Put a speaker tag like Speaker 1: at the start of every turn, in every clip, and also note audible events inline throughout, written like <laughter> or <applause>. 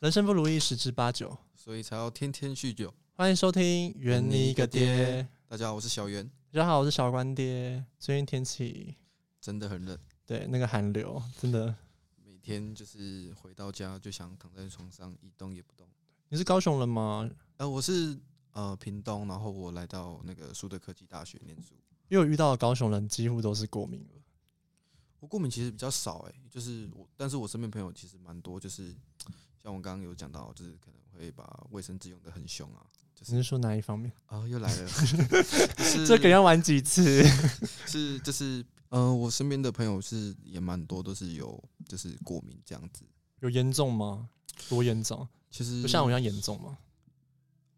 Speaker 1: 人生不如意十之八九，
Speaker 2: 所以才要天天酗酒。
Speaker 1: 欢迎收听《圆你一个爹》。
Speaker 2: 大家好，我是小袁，
Speaker 1: 大家好，我是小关爹。最近天气
Speaker 2: 真的很冷，
Speaker 1: 对那个寒流真的，
Speaker 2: 每天就是回到家就想躺在床上一动也不动。
Speaker 1: 你是高雄人吗？
Speaker 2: 呃，我是呃屏东，然后我来到那个苏德科技大学念书。
Speaker 1: 因为我遇到的高雄人几乎都是过敏了。
Speaker 2: 我过敏其实比较少哎、就是我，但是我身边朋友其实蛮多，就是像我刚刚有讲到，就是可能会把卫生纸用的很凶啊。
Speaker 1: 你是说哪一方面？
Speaker 2: 啊、又来了， <laughs> 就是
Speaker 1: 这个要玩几次？
Speaker 2: 是就是嗯、呃我身边的朋友是也蛮多都是有就是过敏这样子。
Speaker 1: 有严重吗？多严重？
Speaker 2: 其实
Speaker 1: 不像我一样严重吗？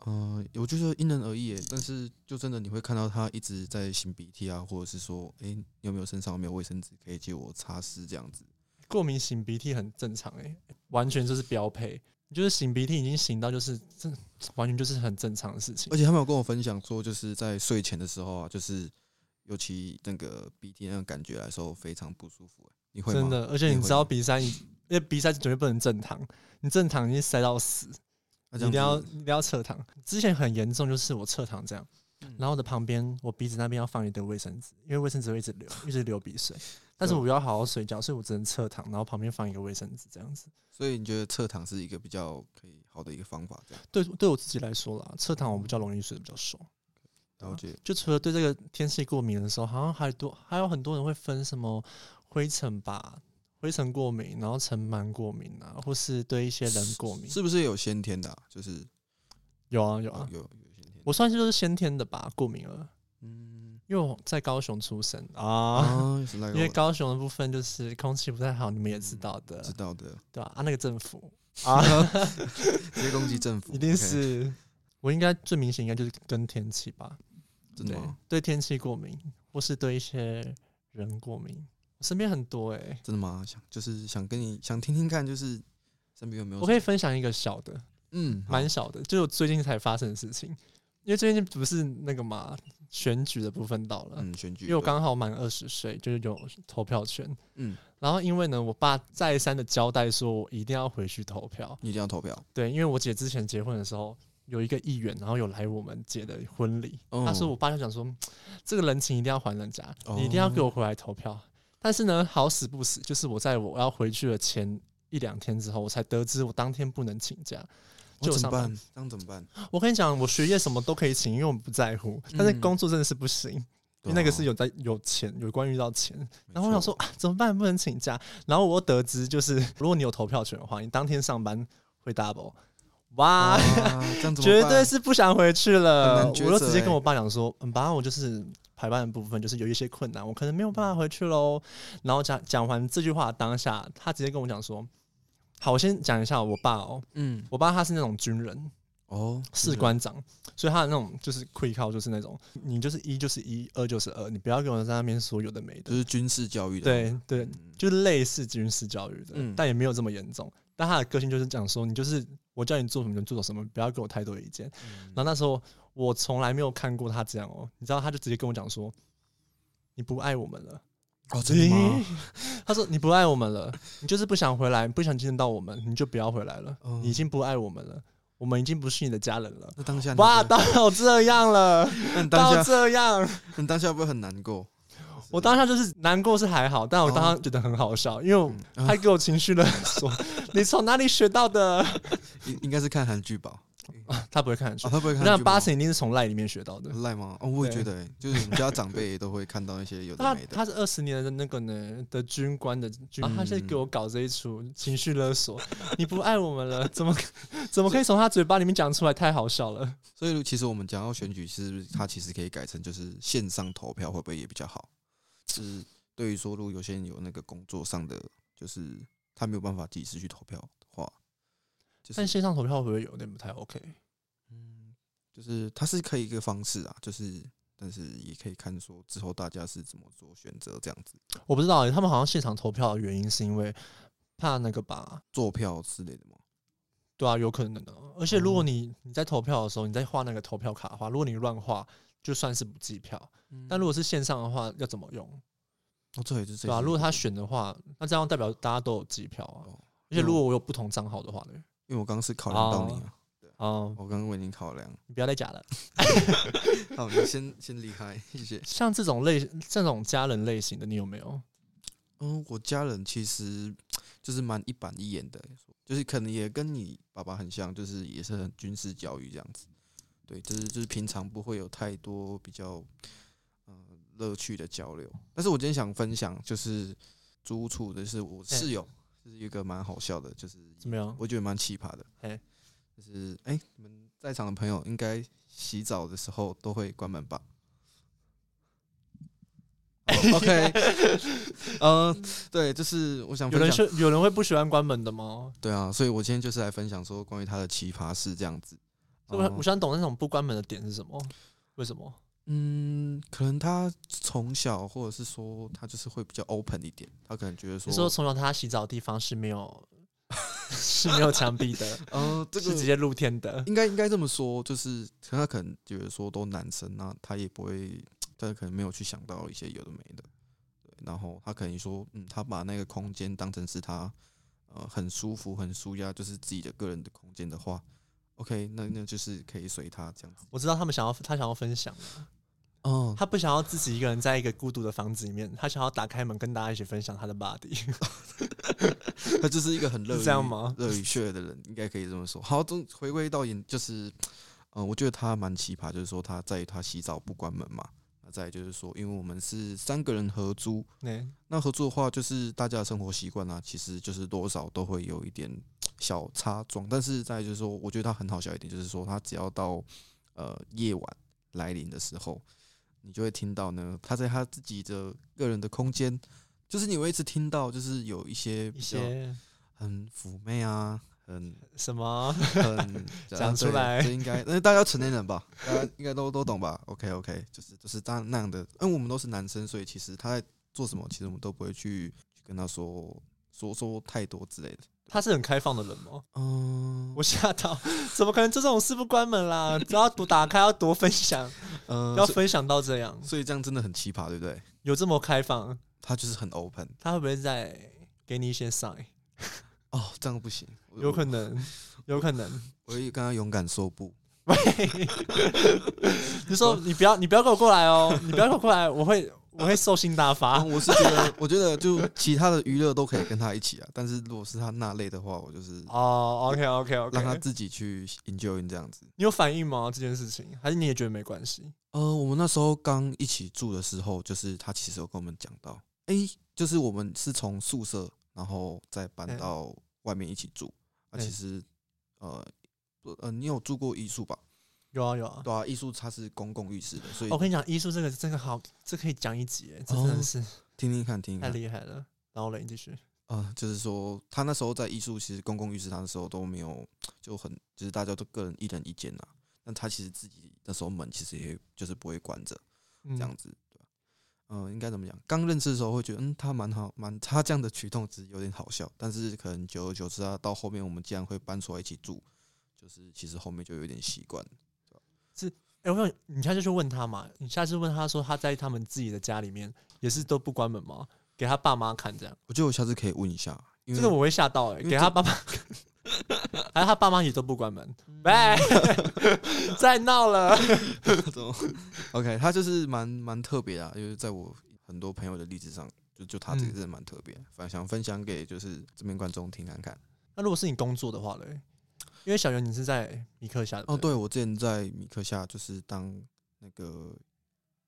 Speaker 2: 呃，我觉得因人而异耶，但是就真的你会看到他一直在擤鼻涕啊，或者是说，诶，你有没有身上有没有卫生纸可以借我擦拭这样子？
Speaker 1: 过敏擤鼻涕很正常诶、欸完全就是标配。你就是擤鼻涕已经擤到就是这完全就是很正常的事情
Speaker 2: 而。且他们有跟我分享说，就是在睡前的时候啊，就是尤其那个鼻涕那种感觉来说非常不舒服耶，你会吗？
Speaker 1: 真的，而且你
Speaker 2: 会
Speaker 1: 知道
Speaker 2: 吗
Speaker 1: 鼻塞，你因为鼻塞绝对不能正躺，你正躺已经塞到死，
Speaker 2: 那
Speaker 1: 你
Speaker 2: 这
Speaker 1: 一定要
Speaker 2: 样子
Speaker 1: 你一定要侧躺。之前很严重，就是我侧躺这样，
Speaker 2: 嗯
Speaker 1: 然后我的旁边我鼻子那边要放一堆卫生纸，因为卫生纸会一直 <laughs> 流，一直流鼻水。但是
Speaker 2: 对
Speaker 1: 我要好好睡觉，所以我只能侧躺，然后旁边放一个卫生纸这样子。
Speaker 2: 所以你觉得侧躺是一个比较可以好的一个方法，这样
Speaker 1: 对，对我自己来说啦，侧躺我比较容易睡得比较熟。啊
Speaker 2: 了解？
Speaker 1: 就除了对这个天气过敏的时候，好像还多还有很多人会分什么灰尘吧，灰尘过敏，然后尘螨过敏啊，或是对一些人过敏。
Speaker 2: 是不是有先天的啊、就是
Speaker 1: 有啊有
Speaker 2: 有
Speaker 1: 啊，
Speaker 2: 有有先天的，
Speaker 1: 我算是就是先天的吧，过敏了，
Speaker 2: 嗯
Speaker 1: 因为我在高雄出生啊。
Speaker 2: 啊，是那个
Speaker 1: 因为
Speaker 2: 我
Speaker 1: 高雄的部分就是空气不太好，你们也知道的，
Speaker 2: 知道的，
Speaker 1: 对吧、啊？那个政府啊，
Speaker 2: 直接攻击政府，
Speaker 1: <laughs> 一定
Speaker 2: OK，
Speaker 1: 是我应该最明显应该就是跟天气吧，
Speaker 2: 真的
Speaker 1: 对
Speaker 2: 吗？，
Speaker 1: 对天气过敏，或是对一些人过敏，我身边很多哎、
Speaker 2: 真的吗？想就是想跟你想听听看，就是身边有没有
Speaker 1: 我可以
Speaker 2: 什么
Speaker 1: 分享一个小的，
Speaker 2: 嗯好
Speaker 1: 蛮小的，就是我最近才发生的事情。因为最近不是那个嘛选举的部分到了，
Speaker 2: 嗯选举，
Speaker 1: 因为我
Speaker 2: 对
Speaker 1: 刚好满二十岁，就是有投票权。
Speaker 2: 嗯
Speaker 1: 然后因为呢，我爸再三的交代说，我一定要回去投票。
Speaker 2: 你一定要投票，
Speaker 1: 对，因为我姐之前结婚的时候，有一个议员，然后有来我们姐的婚礼，他说我爸就想说，嗯这个人情一定要还人家，
Speaker 2: 哦
Speaker 1: 你一定要给我回来投票。但是呢，好死不死，就是我在我要回去的前一两天之后，我才得知我当天不能请假。
Speaker 2: 我
Speaker 1: 就
Speaker 2: 哦怎么
Speaker 1: 上班
Speaker 2: 办？这样怎么办？
Speaker 1: 我跟你讲，我学业什么都可以请，因为我不在乎，但是
Speaker 2: 嗯
Speaker 1: 工作真的是不行。因为那个是
Speaker 2: 有，
Speaker 1: 有在有钱，有关于到钱，
Speaker 2: 啊没
Speaker 1: 然后我想说
Speaker 2: 错
Speaker 1: 啊，怎么办？不能请假。然后我又得知，就是如果你有投票权的话，你当天上班会 double，哇，
Speaker 2: 哇这样怎
Speaker 1: 啊
Speaker 2: 么
Speaker 1: 绝
Speaker 2: 办
Speaker 1: 对是不想回去了。
Speaker 2: 很难抉择
Speaker 1: 我就直接跟
Speaker 2: 欸
Speaker 1: 我爸讲说，嗯，爸，我就是排班的部分就是有一些困难，我可能没有办法回去喽。然后讲讲完这句话当下，他直接跟我讲说，好，我先讲一下我爸哦，
Speaker 2: 嗯
Speaker 1: 我爸他是那种军人，
Speaker 2: 哦
Speaker 1: 士官长，所以他的那种就是溃靠，就是那种你就是一就是一，二就是二，你不要跟我在那边说有的没的
Speaker 2: 就。是军事教育的，
Speaker 1: 对对，
Speaker 2: 嗯
Speaker 1: 就是类似军事教育的，
Speaker 2: 嗯
Speaker 1: 但也没有这么严重。但他的个性就是讲说，你就是我叫你做什么你就做什么，不要给我太多意见。
Speaker 2: 嗯
Speaker 1: 然后那时候我从来没有看过他这样哦，你知道，他就直接跟我讲说，你不爱我们了。
Speaker 2: 哦真的吗？
Speaker 1: <laughs> 他说你不爱我们了，你就是不想回来，不想见到我们，你就不要回来了。
Speaker 2: 哦
Speaker 1: 你已经不爱我们了，我们已经不是你的家人了。
Speaker 2: 那当下你
Speaker 1: 哇，
Speaker 2: 会不会
Speaker 1: 到这样了，
Speaker 2: 那你当
Speaker 1: 到
Speaker 2: 下
Speaker 1: 这样，
Speaker 2: 你当下会不会很难过？
Speaker 1: 我当下就是难过是还好，但我
Speaker 2: 哦
Speaker 1: 当时觉得很好笑，因为
Speaker 2: 嗯
Speaker 1: 他给我情绪勒 <laughs> 索，你从哪里学到的？
Speaker 2: 应应该是看韩剧吧？
Speaker 1: 哦他不会看得出嗯
Speaker 2: 啊，
Speaker 1: 来，
Speaker 2: 他不会看
Speaker 1: 那
Speaker 2: 韩剧吗
Speaker 1: 八成一定是从赖里面学到的。
Speaker 2: 赖吗？哦，我也
Speaker 1: 对
Speaker 2: 觉得欸，就是我们家长辈也都会看到一些有的
Speaker 1: 他
Speaker 2: 没的。
Speaker 1: 他是二十年的那个呢的军官的军，嗯然后他是给我搞这一出情绪勒 <laughs> 索，你不爱我们了，怎么怎么可以从他嘴巴里面讲出来？太好笑了。
Speaker 2: 所以其实我们讲到选举，是不是它其实可以改成就是线上投票，会不会也比较好？是对于说，如果有些人有那个工作上的，就是他没有办法及时去投票的话，就
Speaker 1: 但
Speaker 2: 是
Speaker 1: 线上投票会不会有点不太 OK？
Speaker 2: 嗯，就是它是可以一个方式啊，就是但是也可以看说之后大家是怎么做选择，这样子
Speaker 1: 我不知道欸、他们好像现场投票的原因是因为怕那个吧，
Speaker 2: 做票之类的嘛。
Speaker 1: 对啊，有可能的、而且如果你你在投票的时候，你在画那个投票卡的话，如果你乱画，就算是不计票。
Speaker 2: 嗯
Speaker 1: 但如果是线上的话，要怎么用？
Speaker 2: 哦，这也是这
Speaker 1: 对啊，如果他选的话，那这样代表大家都有计票啊。
Speaker 2: 哦
Speaker 1: 而且如果我有不同账号的话呢？
Speaker 2: 因为我刚刚是考量到你啊，
Speaker 1: 啊、
Speaker 2: 我刚刚为您考量。
Speaker 1: 你不要再假了。
Speaker 2: 好，你先先离开，谢谢。
Speaker 1: 像这种类这种家人类型的，你有没有？
Speaker 2: 嗯，我家人其实就是蛮一板一眼的，就是可能也跟你爸爸很像，就是也是很军事教育这样子。对，就是就是平常不会有太多比较呃乐趣的交流。但是我今天想分享就是租屋处的是我
Speaker 1: 哎
Speaker 2: 室友，就是一个蛮好笑的，就是
Speaker 1: 怎么样？
Speaker 2: 我觉得蛮奇葩的。
Speaker 1: 哎
Speaker 2: 就是哎、你们在场的朋友应该洗澡的时候都会
Speaker 1: <laughs>
Speaker 2: 关门吧？哦 OK，呃，对，就是我想
Speaker 1: 有
Speaker 2: 分
Speaker 1: 人
Speaker 2: 享，
Speaker 1: 是有人会不喜欢关门的吗？
Speaker 2: 对啊，所以我今天就是来分享说关于他的奇葩事这样子。
Speaker 1: 所以我
Speaker 2: 哦
Speaker 1: 我想懂那种不关门的点是什么？为什么？
Speaker 2: 嗯，可能他从小或者是说他就是会比较 open 一点，他可能觉得
Speaker 1: 你
Speaker 2: 说，
Speaker 1: 说从小他洗澡的地方是没有 <laughs> 是没有墙壁的，
Speaker 2: 呃， <laughs> 这
Speaker 1: 是
Speaker 2: 个
Speaker 1: 直接露天的。
Speaker 2: 应该应该这么说，就是可能他可能觉得说都男生啊，他也不会，他可能没有去想到一些有的没的，对，然后他可能说，嗯，他把那个空间当成是他呃很舒服、很舒压，就是自己的个人的空间的话，OK，那那就是可以随他这样子。
Speaker 1: 我知道他们想要他想要分享，
Speaker 2: 哦，
Speaker 1: 他不想要自己一个人在一个孤独的房子里面，他想要打开门跟大家一起分享他的 body。
Speaker 2: 他就是一个很乐于
Speaker 1: 是这样吗
Speaker 2: <laughs> 乐于血的人，应该可以这么说。好，总回归到演，就是，呃，我觉得他蛮奇葩，就是说他在于他洗澡不关门嘛，那再来就是说，因为我们是三个人合租，
Speaker 1: <laughs> 对，
Speaker 2: 那合作的话，就是大家的生活习惯啊，其实就是多少都会有一点小擦撞。但是在就是说，我觉得他很好笑一点，就是说他只要到呃夜晚来临的时候，你就会听到呢，他在他自己的个人的空间，就是你会一直听到，就是有一些 <laughs>
Speaker 1: 一
Speaker 2: 比较
Speaker 1: 些
Speaker 2: 很妩媚啊，
Speaker 1: <laughs>
Speaker 2: 很
Speaker 1: 什么？
Speaker 2: 很
Speaker 1: 讲出来
Speaker 2: 这应该，那大家成年人吧，大家应该都都懂吧？OK OK，就是就是那那样的，因为我们都是男生，所以其实他在做什么，其实我们都不会去去跟他说说说太多之类的。
Speaker 1: 他是很开放的人吗？ <laughs>
Speaker 2: 嗯
Speaker 1: 我吓到， <laughs> 怎么可能这种事不关门啦？只要多打开，要多分享，
Speaker 2: <laughs> 嗯，
Speaker 1: 要
Speaker 2: 所
Speaker 1: 分享到这样
Speaker 2: 以，所以这样真的很奇葩，对不对？
Speaker 1: 有这么开放，
Speaker 2: 他就是很 open
Speaker 1: 他会不会再给你一些 sign？
Speaker 2: 哦，这样不行，我
Speaker 1: 有可，能，有可能。
Speaker 2: <laughs> 我我会跟他勇敢说不。
Speaker 1: 你说你不要，你不要给我过来哦，你不要给我过来，我会我会兽性大
Speaker 2: 啊， <laughs>
Speaker 1: 发。
Speaker 2: 我是觉得，我觉得就其他的娱乐都可以跟他一起啊，但是如果是他那类的话，我就是
Speaker 1: 哦，OK OK
Speaker 2: <laughs> 让他
Speaker 1: OK，
Speaker 2: 自己去 enjoy 这样子。
Speaker 1: 你有反应吗？这件事情，还是你也觉得没关系？
Speaker 2: 呃，我们那时候刚一起住的时候，就是他其实有跟我们讲到，诶，就是我们是从宿舍，然后再搬
Speaker 1: 嗯
Speaker 2: 到外面一起住。那、
Speaker 1: 嗯
Speaker 2: 其实，呃，不呃，你有住过艺术吧？
Speaker 1: 有啊有啊。
Speaker 2: 对啊，艺术它是公共浴室的，所以
Speaker 1: 我跟你讲，医术这个这个好，这可以讲一集耶，这真的
Speaker 2: 哦
Speaker 1: 是
Speaker 2: 听听看，听听
Speaker 1: 太
Speaker 2: 看。
Speaker 1: 厉害了。然后嘞，你继续。
Speaker 2: 呃，就是说他那时候在艺术，其实公共浴室他那时候都没有，就很就是大家都个人一人一间啊。但他其实自己那时候门其实也就是不会关着。
Speaker 1: 嗯
Speaker 2: 这样子，对吧？嗯、应该怎么讲？刚认识的时候会觉得，嗯，他蛮好，蛮他这样的举动其实有点好笑，但是可能久而久之啊，到后面我们既然会搬出来一起住，就是其实后面就有点习惯了。
Speaker 1: 哎、我想你下次去问他嘛，你下次问他说他在他们自己的家里面也是都不关门吗？给他爸妈看这样，
Speaker 2: 我觉得我下次可以问一下，因
Speaker 1: 这个
Speaker 2: 为 <laughs>
Speaker 1: 我会吓到哎、
Speaker 2: 因为
Speaker 1: 给他爸妈看，还是他爸妈也都不关门？
Speaker 2: 嗯
Speaker 1: <laughs> 喂，再闹了， <laughs>
Speaker 2: 这种 OK，他就是蛮蛮特别的、啊，就是在我很多朋友的例子上，就就他这个
Speaker 1: 嗯
Speaker 2: 真的蛮特别，反、想分享给就是这边观众听看看。
Speaker 1: 那如果是你工作的话嘞，因为小袁你是在米克下的
Speaker 2: 哦，，对，我之前在米克夏就是当那个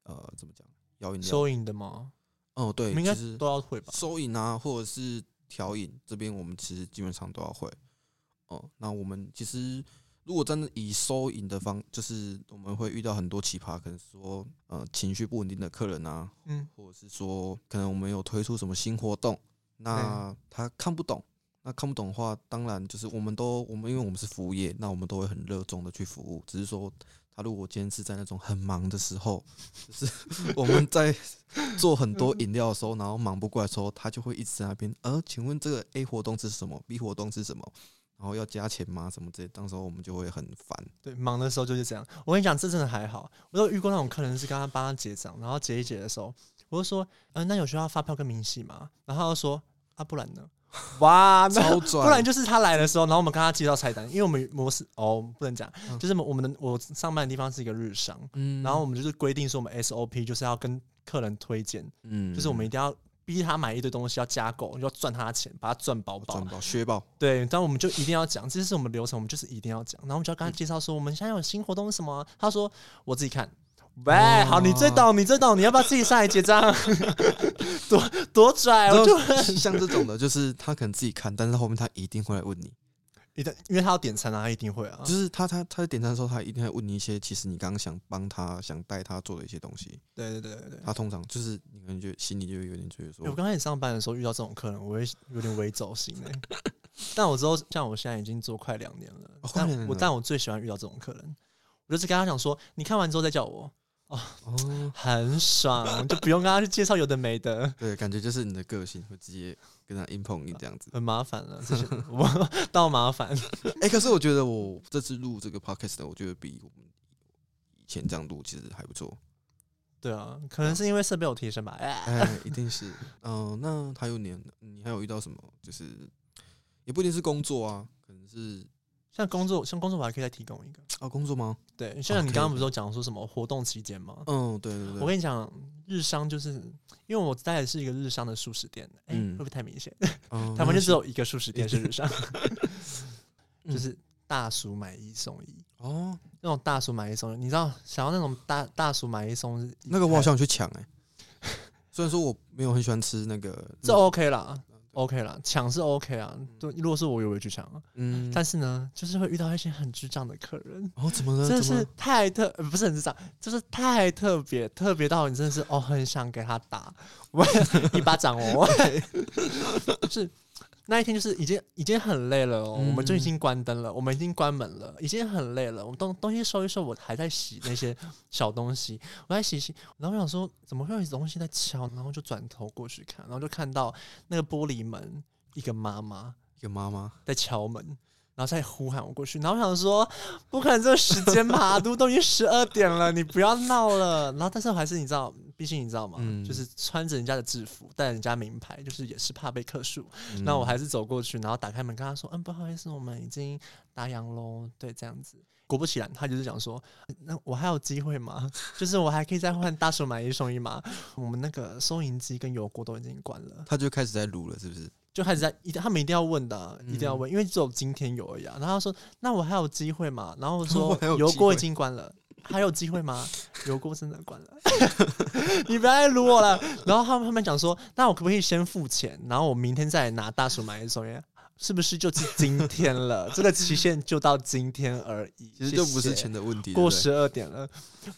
Speaker 2: 呃，怎么讲，摇饮料。
Speaker 1: 收银的吗？
Speaker 2: 哦，对，
Speaker 1: 你们应该
Speaker 2: 其实
Speaker 1: 都要会吧？
Speaker 2: 收银啊，或者是调饮这边，我们其实基本上都要会。哦，那我们其实如果真的以收银的方，就是我们会遇到很多奇葩，可能说呃情绪不稳定的客人啊，
Speaker 1: 嗯，
Speaker 2: 或者是说可能我们有推出什么新活动，那他看不懂。那看不懂的话，当然就是我们都我们因为我们是服务业，那我们都会很热衷的去服务。只是说，他如果今天是在那种很忙的时候， <laughs> 就是我们在做很多饮料的时候，然后忙不过来的时候，他就会一直在那边，呃，请问这个 A 活动是什么？B 活动是什么？然后要加钱吗？什么之类，当时候我们就会很烦。
Speaker 1: 对，忙的时候就是这样。我跟你讲，这真的还好。我有遇过那种客人是刚刚帮他结账，然后结一结的时候，我就说，嗯、那有需要发票跟明细吗？然后他就说，啊，不然
Speaker 2: <laughs>
Speaker 1: 呢？哇，那 <laughs> 不
Speaker 2: 超赚，
Speaker 1: 然就是他来的时候，然后我们跟他介绍菜单，因为我们模式哦不能讲，
Speaker 2: 嗯
Speaker 1: 就是我们的我上班的地方是一个日商，
Speaker 2: 嗯
Speaker 1: 然后我们就是规定说我们 SOP 就是要跟客人推荐，
Speaker 2: 嗯
Speaker 1: 就是我们一定要逼他买一堆东西，要加购，要赚他钱，把他赚饱饱
Speaker 2: 赚。爆、削爆，
Speaker 1: 对，但我们就一定要讲，这是我们流程，我们就是一定要讲。然后我们就要跟他介绍说，我们现在有新活动是什么啊、他说我自己看。喂，好，你最懂，你最懂，你要不要自己上来结账？多多拽，哎我就
Speaker 2: 然后像这种的，就是他可能自己看，但是后面他一定会来问你，
Speaker 1: 一定，因为他要点餐啊，他一定会啊。
Speaker 2: 就是他他他在点餐的时候，他一定会问你一些，其实你刚刚想帮他、想带他做的一些东西。
Speaker 1: 对对对对对。
Speaker 2: 他通常就是你可能就心里就有点觉得
Speaker 1: 我
Speaker 2: 说，
Speaker 1: 刚开始上班的时候遇到这种客人，我会有点微走心 <laughs> 哎、但我之后，像我现在已经做快两年了，
Speaker 2: 哦快
Speaker 1: 但
Speaker 2: 两年
Speaker 1: 我
Speaker 2: 了
Speaker 1: 但我最喜欢遇到这种客人，我就是跟他讲说，你看完之后再叫我，
Speaker 2: 哦，
Speaker 1: 很爽，就不用跟他去介绍有的没的。
Speaker 2: 对，感觉就是你的个性会直接跟他硬碰硬这样子。
Speaker 1: 很呃麻烦了，这些我倒麻烦。
Speaker 2: 哎、可是我觉得我这次录这个 podcast 呢，我觉得比我们以前这样录其实还不错。
Speaker 1: 对啊，可能是因为设备有提升吧。哎
Speaker 2: 哎、一定是，嗯、那还有你，你还有遇到什么？就是也不一定是工作啊，可能是
Speaker 1: 像工作，像工作我还可以再提供一个。
Speaker 2: 啊工作吗？
Speaker 1: 对，像你刚刚不是有讲说什么活动期间吗？
Speaker 2: 嗯，对对对，
Speaker 1: 我跟你讲，日商就是因为我待的是一个日商的素食店，哎、
Speaker 2: 嗯
Speaker 1: 会不会太明显？
Speaker 2: 嗯
Speaker 1: 台湾
Speaker 2: 那
Speaker 1: 就只有一个素食店是日
Speaker 2: <laughs>
Speaker 1: 商，
Speaker 2: 嗯
Speaker 1: 就是大叔买一送一。
Speaker 2: 哦，
Speaker 1: 那种大叔买一送一，你知道，想要那种大大叔买一送一，
Speaker 2: 那个我好像去抢哎、虽然说我没有很喜欢吃那个
Speaker 1: <laughs> 这 OK
Speaker 2: 嗯
Speaker 1: 啦，OK 啦，抢是 OK 啊。对，如果是我，也会去抢啊。
Speaker 2: 嗯，
Speaker 1: 但是呢，就是会遇到一些很智障的客人，
Speaker 2: 哦怎么了？
Speaker 1: 真的
Speaker 2: 怎么
Speaker 1: 是
Speaker 2: 了
Speaker 1: 太特，呃不是很智障，就是太特别，特别到你真的是哦，很想给他打我
Speaker 2: <laughs>
Speaker 1: 一巴掌哦，就是。那一天就是已经已经很累了、哦，
Speaker 2: 嗯
Speaker 1: 我们就已经关灯了，我们已经关门了，已经很累了。我们东东西收一收，我还在洗那些小东西，我在洗洗。然后我想说，怎么会有东西在敲？然后就转头过去看，然后就看到那个玻璃门，一个妈妈，
Speaker 2: 一个妈妈，
Speaker 1: 在敲门，然后再呼喊我过去。然后我想说，不可能这个时间吧，都都已经十二点了，你不要闹了。然后但是我还是你知道，毕竟你知道吗？
Speaker 2: 嗯
Speaker 1: 就是穿着人家的制服，带人家名牌，就是也是怕被克数。
Speaker 2: 嗯
Speaker 1: 那、我还是走过去，然后打开门跟他说：“嗯，不好意思，我们已经打烊喽。”对，这样子。果不其然，他就是讲说：“那我还有机会吗？ <laughs> 就是我还可以再换大手买一送一吗？我们那个收银机跟油锅都已经关了。”
Speaker 2: 他就开始在撸了，是不是？
Speaker 1: 就开始在一定他们一定要问的啊、
Speaker 2: 嗯
Speaker 1: 一定要问，因为只有今天有而已、啊。然后他说：“那我还有机会嘛？”然后我说
Speaker 2: <laughs> 我还有：“机会
Speaker 1: 油锅已经关了，还有机会吗？ <laughs> 油锅真的关了， <laughs> 你不要再撸我了。”然后他们他们讲说：“那我可不可以先付钱，然后我明天再拿大薯买一送一？是不是就是今天了？ <laughs> 这个期限就到今天而已。
Speaker 2: 其实就
Speaker 1: 谢谢
Speaker 2: 不是钱的问题，
Speaker 1: 过
Speaker 2: 对不对
Speaker 1: 十二点了，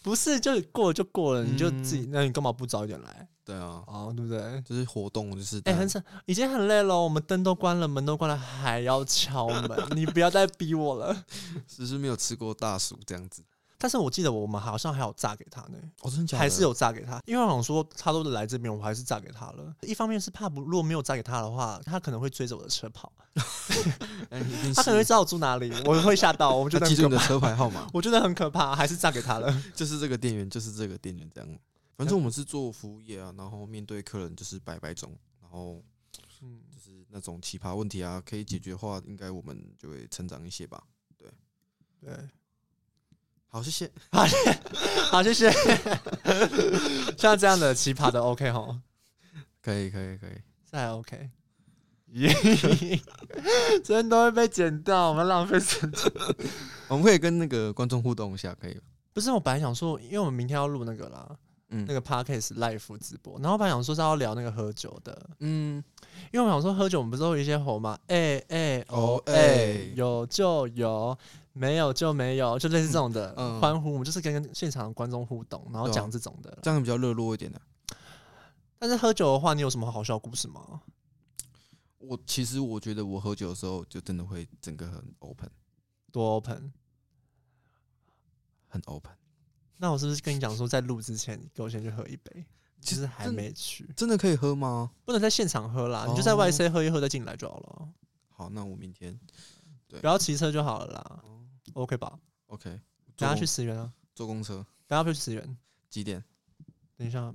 Speaker 1: 不是就是过了就过了，你就
Speaker 2: 嗯
Speaker 1: 自己，那你干嘛不早一点来？
Speaker 2: 对啊，
Speaker 1: 哦，对不对？
Speaker 2: 就是活动就是
Speaker 1: 哎、很惨，已经很累了，我们灯都关了，门都关了，还要敲
Speaker 2: <laughs>
Speaker 1: 门，你不要再逼我了。
Speaker 2: 只是没有吃过大薯这样子。
Speaker 1: 但是我记得我们好像还有炸给他呢，
Speaker 2: 哦，真的假的？
Speaker 1: 还是有炸给他，因为我想说他都来这边，我还是炸给他了。一方面是怕不，如果没有炸给他的话，他可能会追着我的车跑，
Speaker 2: 哎，一定
Speaker 1: 他可能会知道我住哪里，我会吓到，我觉
Speaker 2: 他
Speaker 1: 得
Speaker 2: 记
Speaker 1: 很
Speaker 2: 住
Speaker 1: 可
Speaker 2: 你的
Speaker 1: 怕，
Speaker 2: 车牌
Speaker 1: <laughs>
Speaker 2: 号码，
Speaker 1: 我觉得很可怕，还是炸给他
Speaker 2: <laughs>
Speaker 1: 了。
Speaker 2: 就是这个店员，就是这个店员这样。反正我们是做服务业啊，然后面对客人就是百百种，然后
Speaker 1: 嗯，
Speaker 2: 就是那种奇葩问题啊，可以解决的话，应该我们就会成长一些吧。
Speaker 1: 对，
Speaker 2: 好，谢谢。
Speaker 1: 好，谢谢。像这样的奇葩的 OK 哈，
Speaker 2: 可以，可以，可以。
Speaker 1: 再来
Speaker 2: <laughs>
Speaker 1: OK。真的会被剪掉，我们浪费时间。
Speaker 2: 我们可以跟那个观众互动一下，可以吗？
Speaker 1: 不是，我本来想说，因为我们明天要录那个啦，
Speaker 2: 嗯，
Speaker 1: 那个 podcast live 直播，然后我本来想说是要聊那个喝酒的，
Speaker 2: 嗯，
Speaker 1: 因为我想说喝酒我们不是都有一些吼嘛，哎哎哦
Speaker 2: 哦
Speaker 1: 哎
Speaker 2: 哎，
Speaker 1: 有就有，没有就没有，就类似这种的
Speaker 2: 嗯嗯
Speaker 1: 欢呼，我们就是跟现场的观众互动，然后
Speaker 2: 对啊
Speaker 1: 讲这种的啦。
Speaker 2: 这样比较热络一点的、
Speaker 1: 但是喝酒的话，你有什么好笑的故事吗？
Speaker 2: 我其实我觉得我喝酒的时候就真的会整个很 open，
Speaker 1: 多 open。
Speaker 2: 很 open。
Speaker 1: 那我是不是跟你讲说，在录之前给我先去喝一杯？其
Speaker 2: 其实
Speaker 1: 实还
Speaker 2: 真
Speaker 1: 没去，
Speaker 2: 真的可以喝吗？
Speaker 1: 不能在现场喝啦，你就在
Speaker 2: 哦
Speaker 1: YC 喝一喝再进来就好了。
Speaker 2: 好，那我明天对
Speaker 1: 不要骑车就好了啦，OK
Speaker 2: 哦
Speaker 1: 吧？
Speaker 2: ，OK，
Speaker 1: 等
Speaker 2: 坐
Speaker 1: 下
Speaker 2: 公
Speaker 1: 去驰援啊，
Speaker 2: 坐公车
Speaker 1: 等下不去驰援，
Speaker 2: 几点？
Speaker 1: 等一下，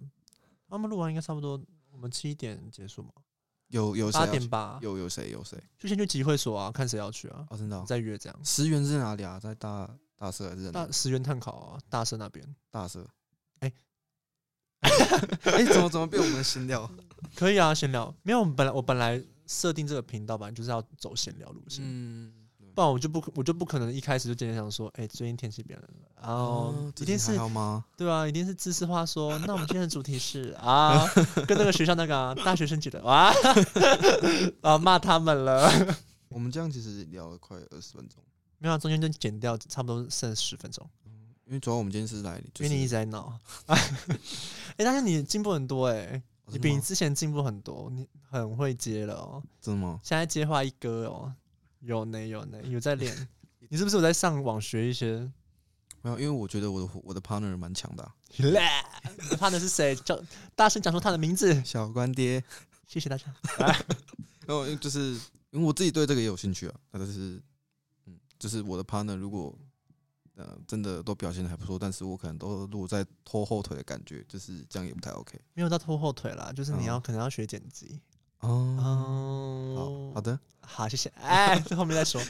Speaker 1: 他们录完应该差不多，我们七点结束嘛，
Speaker 2: 有有
Speaker 1: 八
Speaker 2: 谁要
Speaker 1: 点
Speaker 2: 去？
Speaker 1: 吧，
Speaker 2: 有有谁有谁？
Speaker 1: 就先去集会所啊，看谁要去啊，
Speaker 2: 哦，真的哦，
Speaker 1: 再约这样。
Speaker 2: 石原是哪里啊？在大大社还是在哪
Speaker 1: 大
Speaker 2: 里
Speaker 1: 石原碳烤啊，大社那边
Speaker 2: 大社？
Speaker 1: 哎
Speaker 2: <laughs> 哎，怎么怎么被我们先掉？
Speaker 1: 可以啊，闲聊。没有，我们本来我本来设定这个频道吧，就是要走闲聊路线，
Speaker 2: 嗯，
Speaker 1: 不然我就不我就不可能一开始就今天想说，哎、最近天气变冷了，然后一
Speaker 2: 哦最
Speaker 1: 定
Speaker 2: 近还
Speaker 1: 哦是
Speaker 2: 好吗？
Speaker 1: 对啊，一定是知识化说，那我们今天的主题是
Speaker 2: <laughs>
Speaker 1: 啊，跟那个学校那个啊、大学生节的哇， <laughs> 啊骂他们了。
Speaker 2: 我们这样其实聊了快二十分钟，
Speaker 1: 没有、啊，中间就剪掉，差不多剩十分钟，
Speaker 2: 因为主要我们今天是来，就
Speaker 1: 因为你一
Speaker 2: 是
Speaker 1: 直在
Speaker 2: <laughs>
Speaker 1: 闹。哎、但是你进步很多哎、
Speaker 2: 哦
Speaker 1: 你
Speaker 2: 真的
Speaker 1: 比你
Speaker 2: 吗
Speaker 1: 之前进步很多，你很会接了哦。
Speaker 2: 真的吗？
Speaker 1: 现在接话一哥哦，有呢有呢，有在
Speaker 2: <laughs>
Speaker 1: 练。你是不是有在上网学一些？
Speaker 2: 没有，因为我觉得我的我的 partner 蛮强的啊， <laughs>
Speaker 1: 你怕的是谁？叫大声讲出他的名字。
Speaker 2: 小关爹。
Speaker 1: 谢谢大家。
Speaker 2: 然后就是因为我自己对这个也有兴趣啊，但是嗯，就是我的 partner 如果呃真的都表现的还不错，但是我可能都如果在拖后腿的感觉，就是这样也不太 OK。
Speaker 1: 没有到拖后腿啦，就是你要、
Speaker 2: 嗯
Speaker 1: 可能要学剪辑。
Speaker 2: 哦，
Speaker 1: 哦
Speaker 2: 好好的，
Speaker 1: 好，谢谢。哎， <laughs> 这后面再说。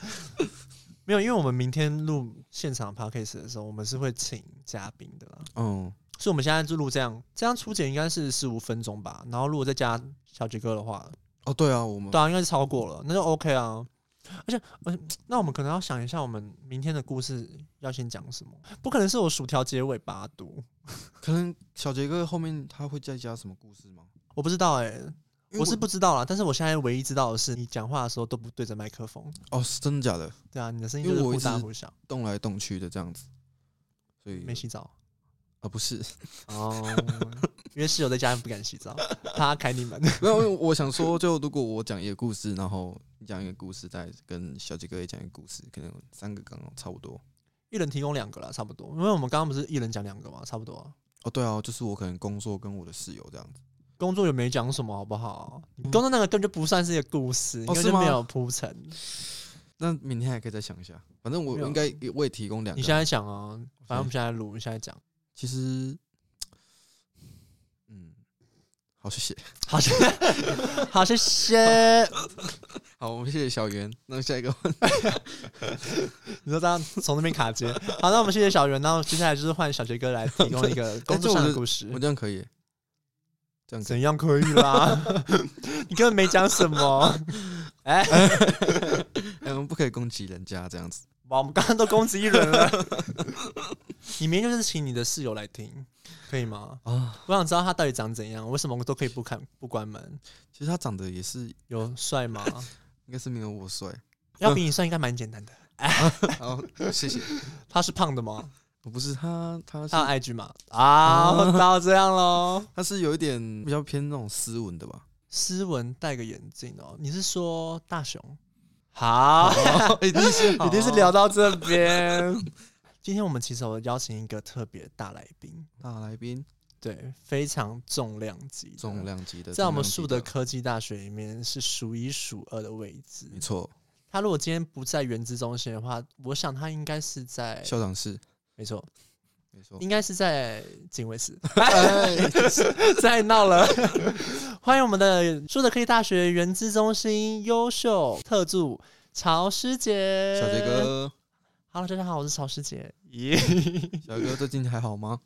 Speaker 1: 没有，因为我们明天录现场 podcast 的时候，我们是会请嘉宾的啦，
Speaker 2: 嗯，
Speaker 1: 所以我们现在就录这样，这样初剪应该是十五分钟吧。然后如果再加小杰哥的话，
Speaker 2: 哦，对啊，我们
Speaker 1: 对啊，应该是超过了，那就 OK 啊。而且，而且，那我们可能要想一下，我们明天的故事要先讲什么？不可能是我薯条结尾吧读，
Speaker 2: 可能小杰哥后面他会再加什么故事吗？
Speaker 1: 我不知道哎、
Speaker 2: 因为
Speaker 1: 我是不知道啦。但是我现在唯一知道的是，你讲话的时候都不对着麦克风，
Speaker 2: 哦，是真的假的？
Speaker 1: 对啊，你的声音
Speaker 2: 因
Speaker 1: 就
Speaker 2: 为
Speaker 1: 是
Speaker 2: 我
Speaker 1: 忽
Speaker 2: 一直
Speaker 1: 大忽小，
Speaker 2: 动来动去的这样子，所以
Speaker 1: 没洗澡。
Speaker 2: 啊不是， <laughs>
Speaker 1: 哦， <laughs> 因为室友在家不敢洗澡，怕开你门。
Speaker 2: 没有，因为我想说，就如果我讲一个故事，然后你讲一个故事，再跟小杰哥也讲一个故事，可能三个刚好差不多。
Speaker 1: 一人提供两个啦，差不多。因为我们刚刚不是一人讲两个嘛，差不多、啊。
Speaker 2: 哦，对啊，就是我可能工作跟我的室友这样子。
Speaker 1: 工作也没讲什么，好不好？你工作那个根本就不算嗯哦是一个故事，你根本
Speaker 2: 是
Speaker 1: 就
Speaker 2: 吗
Speaker 1: 没有铺陈。
Speaker 2: 那明天还可以再想一下，反正我
Speaker 1: 没有
Speaker 2: 应该也我也提供两
Speaker 1: 你
Speaker 2: 个。
Speaker 1: 现在讲啊，反正我们现在录，你现在讲。
Speaker 2: 其实，嗯，好，谢 <laughs> 谢，
Speaker 1: <laughs> 好，谢谢，好，谢谢。
Speaker 2: 好，我们谢谢小袁。那下一
Speaker 1: <laughs>
Speaker 2: 个，
Speaker 1: 你说这样从那边卡 <laughs> 接，好，那我们谢谢小袁，然后接下来就是换小杰哥来提供一个工作上的故事
Speaker 2: 我。这样可以，这样可以。
Speaker 1: 怎样可以啦？ <laughs> 你根本没讲什么。哎、
Speaker 2: 哎、我们不可以攻击人家这样子。
Speaker 1: 哇，我们刚刚都攻击一轮了。你明天就是请你的室友来听，可以吗？
Speaker 2: 啊，
Speaker 1: 我想知道他到底长怎样，为什么我都可以不看不关门？
Speaker 2: 其实他长得也是，
Speaker 1: 有帅吗？
Speaker 2: 应该是没有我帅。
Speaker 1: <laughs> 要比你帅应该蛮简单的。
Speaker 2: 好，谢谢。
Speaker 1: 他是胖的吗？
Speaker 2: 我 <laughs> 不是他，他是
Speaker 1: <laughs> 他有 IG 吗？啊，我知道这样喽。
Speaker 2: 他是有一点比较偏那种斯文
Speaker 1: <laughs>
Speaker 2: 的吧？
Speaker 1: 斯文戴个眼镜哦，你是说大熊？好，
Speaker 2: <laughs> 一定是好
Speaker 1: 哦一定是聊到这边。 <laughs> 今天我们其实有邀请一个特别大来宾，
Speaker 2: 大来宾，
Speaker 1: 对，非常重量级的，
Speaker 2: 重量级的，
Speaker 1: 在我们树
Speaker 2: 树
Speaker 1: 德科技大学里面是数一数二的位置。
Speaker 2: 没错，
Speaker 1: 他如果今天不在原子中心的话，我想他应该是在
Speaker 2: 校长室，
Speaker 1: 没错，
Speaker 2: 没错。
Speaker 1: 应该是在警卫室。 <laughs>
Speaker 2: 哎， <laughs>
Speaker 1: 再闹了， <laughs> 欢迎我们的树德科技大学原子中心优秀特助曹师姐，
Speaker 2: 小杰。哥，
Speaker 1: Hello，大家好，我是曹师
Speaker 2: <laughs>
Speaker 1: 姐。咦，
Speaker 2: 小杰哥最近还好吗？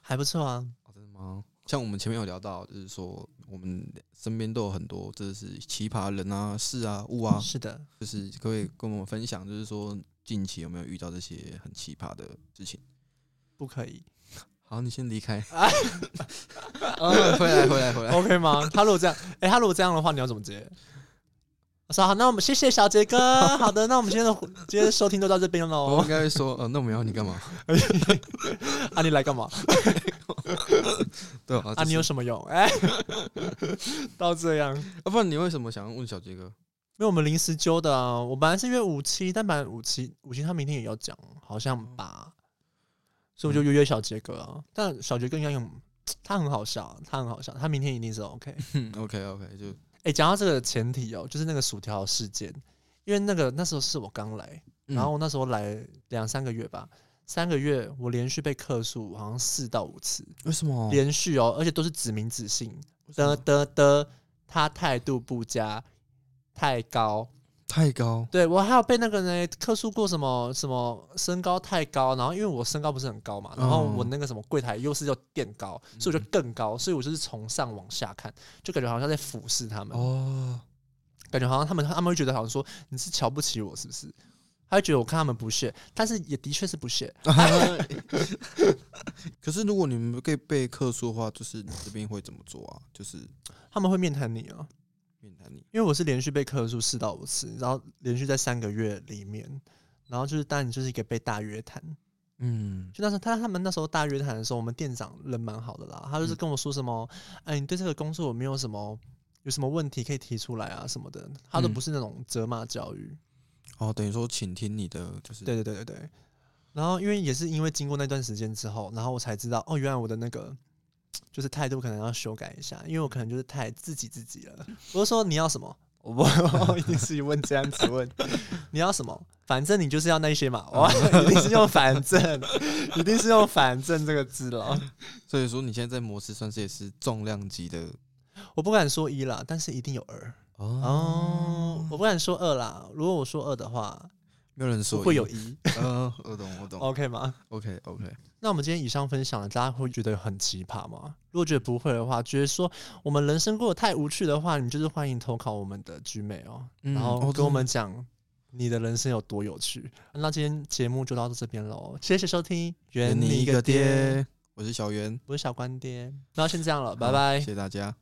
Speaker 1: 还不错啊。
Speaker 2: 哦真的吗？像我们前面有聊到，就是说我们身边都有很多，就是奇葩人啊、事啊、物啊，
Speaker 1: 是的，
Speaker 2: 就是可不可以跟我们分享，就是说近期有没有遇到这些很奇葩的
Speaker 1: <laughs>
Speaker 2: 事情？
Speaker 1: 不可以。
Speaker 2: 好，你先离开。
Speaker 1: 哎
Speaker 2: <laughs> 啊，回来，回来，回来。
Speaker 1: OK
Speaker 2: <laughs>
Speaker 1: 吗？他如果这样，哎、他如果这样的话，你要怎么接？我说好，那我们谢谢小杰
Speaker 2: <laughs>
Speaker 1: 哥。好的，那我们今天的今天的收听就到这边哦
Speaker 2: 我
Speaker 1: 喽
Speaker 2: 应。该会说，呃，那我们要
Speaker 1: <laughs>
Speaker 2: 你干嘛？
Speaker 1: 啊，你来干
Speaker 2: <laughs>
Speaker 1: 嘛？
Speaker 2: 对啊，
Speaker 1: 啊，
Speaker 2: 就是
Speaker 1: 你有什么用？
Speaker 2: <laughs>
Speaker 1: 哎、到这样，
Speaker 2: 啊，不然你为什么想要问小杰哥？
Speaker 1: 因为我们临时揪的啊。我本来是约五七，但本来五七五七他明天也要讲，好像吧，所以我就约约小杰哥啊。但小杰哥应该用，他很好笑，他很好笑，他明天一定是 OK。
Speaker 2: 嗯，OK，OK，就
Speaker 1: 哎、讲到这个前提哦，就是那个薯条事件，因为那个那时候是我刚来，
Speaker 2: 嗯
Speaker 1: 然后那时候来两三个月吧，三个月我连续被客诉，好像四到五次，
Speaker 2: 为什么？
Speaker 1: 连呃续哦，而且都是指名指姓
Speaker 2: 为什么
Speaker 1: 的的的，他态度不佳，太高。
Speaker 2: 太高，
Speaker 1: 对我还有被那个呢客诉过什么什么身高太高，然后因为我身高不是很高嘛，然后
Speaker 2: 嗯
Speaker 1: 我那个什么柜台又是又垫高，所以我就更高，所以我就是从上往下看，就感觉好像在俯视他们。
Speaker 2: 哦，
Speaker 1: <laughs> 感觉好像他们他们会觉得好像说你是瞧不起我是不是？他会觉得我看他们不屑，但是也的确是不屑。
Speaker 2: 可是如果你们被被克诉的话，就是你这边会怎么做啊？就是
Speaker 1: 他们会面谈你啊，
Speaker 2: 面谈你，
Speaker 1: 因为我是连续被克数四到五次，然后连续在三个月里面，然后就是当然就是一个被大约谈。
Speaker 2: 嗯，
Speaker 1: 就那时候他他们那时候大约谈的时候，我们店长人蛮好的啦，他
Speaker 2: 嗯
Speaker 1: 就是跟我说什么，哎、你对这个工作有没有什么有什么问题可以提出来啊什么的，他都
Speaker 2: 嗯
Speaker 1: 不是那种责骂教育。
Speaker 2: 哦，等于说请听你的，就是
Speaker 1: 对对对对对。然后因为也是因为经过那段时间之后，然后我才知道哦，原来我的那个就是态度可能要修改一下，因为我可能就是太自己自己了。我就说你要什么，我不 <laughs> 我一定是问这样子问，你要什么？反正你就是要那些嘛，哇， <laughs> 一定是用反正，一定是用反正这个字了。
Speaker 2: 所以说你现在在摩斯算是也是重量级的
Speaker 1: 我不敢说一啦，但是一定有二哦。我不敢说二啦，如果我说二的话，
Speaker 2: 没有人
Speaker 1: 我
Speaker 2: 说
Speaker 1: 会有，哦一 <laughs>
Speaker 2: 嗯，我懂我懂
Speaker 1: ，OK 吗？
Speaker 2: ，OK OK，
Speaker 1: 那我们今天以上分享的，大家会觉得很奇葩吗？如果觉得不会的话，觉得说我们人生过得太无趣的话，你就是欢迎投稿我们的 Gmail，、然哦
Speaker 2: 嗯
Speaker 1: 嗯
Speaker 2: 哦
Speaker 1: 后跟我们讲你的人生有多有趣。那今天节目就到这边喽，谢谢收听，
Speaker 2: 圆
Speaker 1: 圆
Speaker 2: 你
Speaker 1: 你
Speaker 2: 一
Speaker 1: 一
Speaker 2: 个
Speaker 1: 个爹，
Speaker 2: 爹，我是小圆，
Speaker 1: 哎我是小关爹，那先这样了，拜
Speaker 2: 好
Speaker 1: 拜
Speaker 2: 谢。谢大家。